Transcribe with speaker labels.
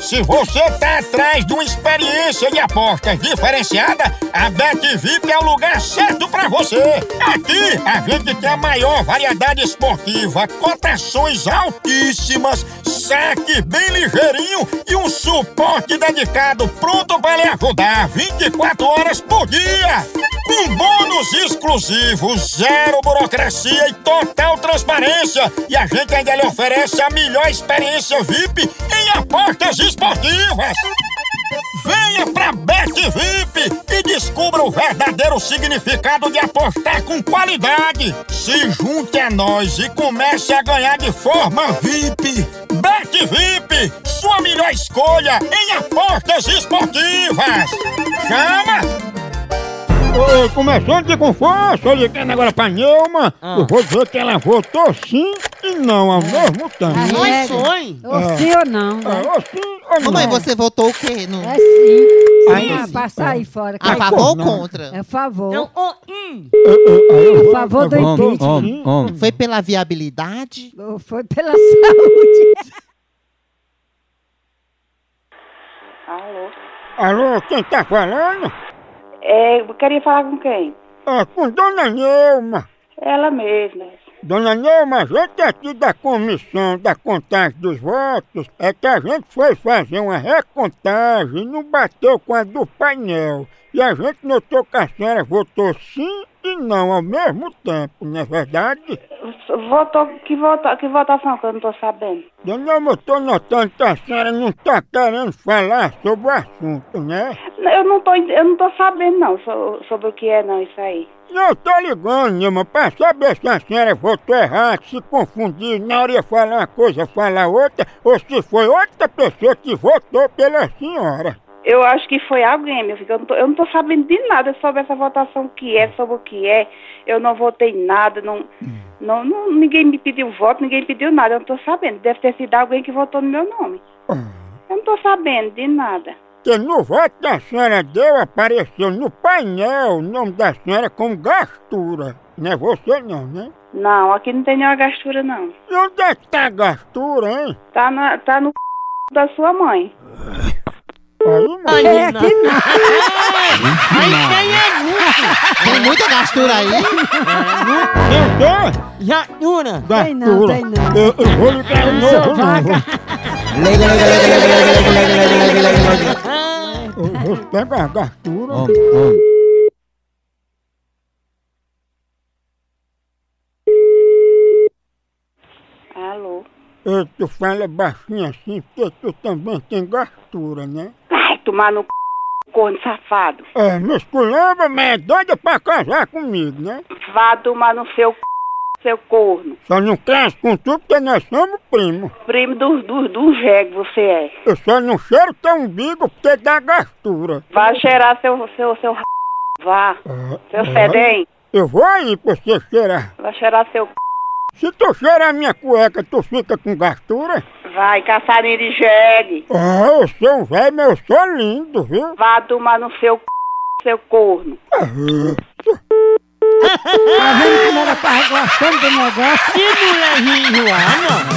Speaker 1: Se você tá atrás de uma experiência de apostas diferenciada, a BetVip é o lugar certo pra você. Aqui a gente tem a maior variedade esportiva, cotações altíssimas, saque bem ligeirinho e um suporte dedicado pronto pra lhe ajudar 24 horas por dia. Com bônus exclusivos, zero burocracia e total transparência. E a gente ainda lhe oferece a melhor experiência VIP em apostas esportivas. Venha pra Bet VIP e descubra o verdadeiro significado de apostar com qualidade. Se junte a nós e comece a ganhar de forma VIP. Bet VIP, sua melhor escolha em apostas esportivas. Chama! Ô, começando de com força, ligando agora pra Neuma, eu vou dizer que ela votou sim e não ao mesmo tempo.
Speaker 2: Não é
Speaker 3: Regra.
Speaker 2: sonho.
Speaker 3: Ou sim ou não.
Speaker 1: É,
Speaker 3: né?
Speaker 1: ou sim ou não.
Speaker 4: Mamãe, você votou o quê? No...
Speaker 3: É sim.
Speaker 1: Ah. Aí
Speaker 3: Sim,
Speaker 1: sim. Ah,
Speaker 3: pra sair fora.
Speaker 4: A
Speaker 3: Quem-
Speaker 4: favor ou
Speaker 1: não.
Speaker 4: contra?
Speaker 3: É favor.
Speaker 2: Então, ô, hum.
Speaker 3: a favor do
Speaker 1: votou
Speaker 3: impeachment.
Speaker 1: sim.
Speaker 4: Foi pela viabilidade?
Speaker 3: Ou Foi pela saúde.
Speaker 5: Alô?
Speaker 1: Alô, quem tá falando?
Speaker 5: É, eu queria falar com quem?
Speaker 1: É com Dona Neuma.
Speaker 5: Ela mesma.
Speaker 1: Dona Neuma, a gente é aqui da comissão da contagem dos votos é que a gente foi fazer uma recontagem e não bateu com a do painel. E a gente notou que a senhora votou sim e não ao mesmo tempo, não é verdade?
Speaker 5: Votou, que, voto, que votação que eu não tô sabendo?
Speaker 1: Dona Neuma, eu tô notando que a senhora não tá querendo falar sobre o assunto, né?
Speaker 5: Não, Eu não tô, ent- eu não tô sabendo, não, so- sobre o que é, não, isso aí.
Speaker 1: Não, eu tô ligando, Nilma, pra saber se a senhora votou errado, se confundiu, na hora de falar uma coisa, falar outra, ou se foi outra pessoa que votou pela senhora.
Speaker 5: Eu acho que foi alguém, meu filho. que Eu não tô, eu não tô sabendo de nada sobre essa votação que é, sobre o que é. Eu não votei nada, não, não, não- ninguém me pediu voto, ninguém pediu nada, eu não tô sabendo. Deve ter sido alguém que votou no meu nome. Eu não tô sabendo de nada.
Speaker 1: Porque no voto que a senhora deu, apareceu no painel o nome da senhora como gastura. Não é você não, né?
Speaker 5: Não, aqui não tem nenhuma gastura, não.
Speaker 1: E onde é que tá a gastura, hein?
Speaker 5: Tá, na, tá no c... da sua mãe.
Speaker 1: Aí, não.
Speaker 3: É aqui não.
Speaker 4: Tem muita gastura aí.
Speaker 1: Quem
Speaker 2: Já, Nuna.
Speaker 1: tem?
Speaker 3: Tem não, tem não.
Speaker 1: Eu, eu vou ligar o novo
Speaker 3: vaca.
Speaker 1: número. Eu vou pegar a gastura.
Speaker 5: Alô?
Speaker 1: Ei, tu fala baixinho assim, porque tu também tem gastura, né?
Speaker 5: Vai tomar no c... corno safado.
Speaker 1: É, musculamba, mas é doida pra casar comigo, né?
Speaker 5: Vá tomar no seu c... seu corno.
Speaker 1: Só não caso com tu porque nós somos primo.
Speaker 5: Primo do, do, do jegue você é.
Speaker 1: Eu só não cheiro teu umbigo porque dá gastura. É,
Speaker 5: Vá cheirar seu, seu, seu r... Vá. Seu fedem.
Speaker 1: Eu vou aí pra você cheirar.
Speaker 5: Vá cheirar seu c...
Speaker 1: Se tu cheirar minha cueca, tu fica com gastura?
Speaker 5: Vai, caçarinho de jegue.
Speaker 1: Ah, eu sou um velho, mas eu sou lindo, viu?
Speaker 5: Vá tomar no seu c... seu corno.
Speaker 3: Tá vendo como ela tá gostando do negócio?
Speaker 2: Que molezinho, ah, não.